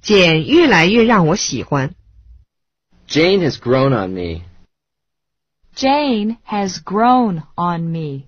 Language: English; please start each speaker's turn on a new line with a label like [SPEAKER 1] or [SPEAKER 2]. [SPEAKER 1] 简越来越让我喜欢。
[SPEAKER 2] Jane has grown on me.
[SPEAKER 3] Jane has grown on me.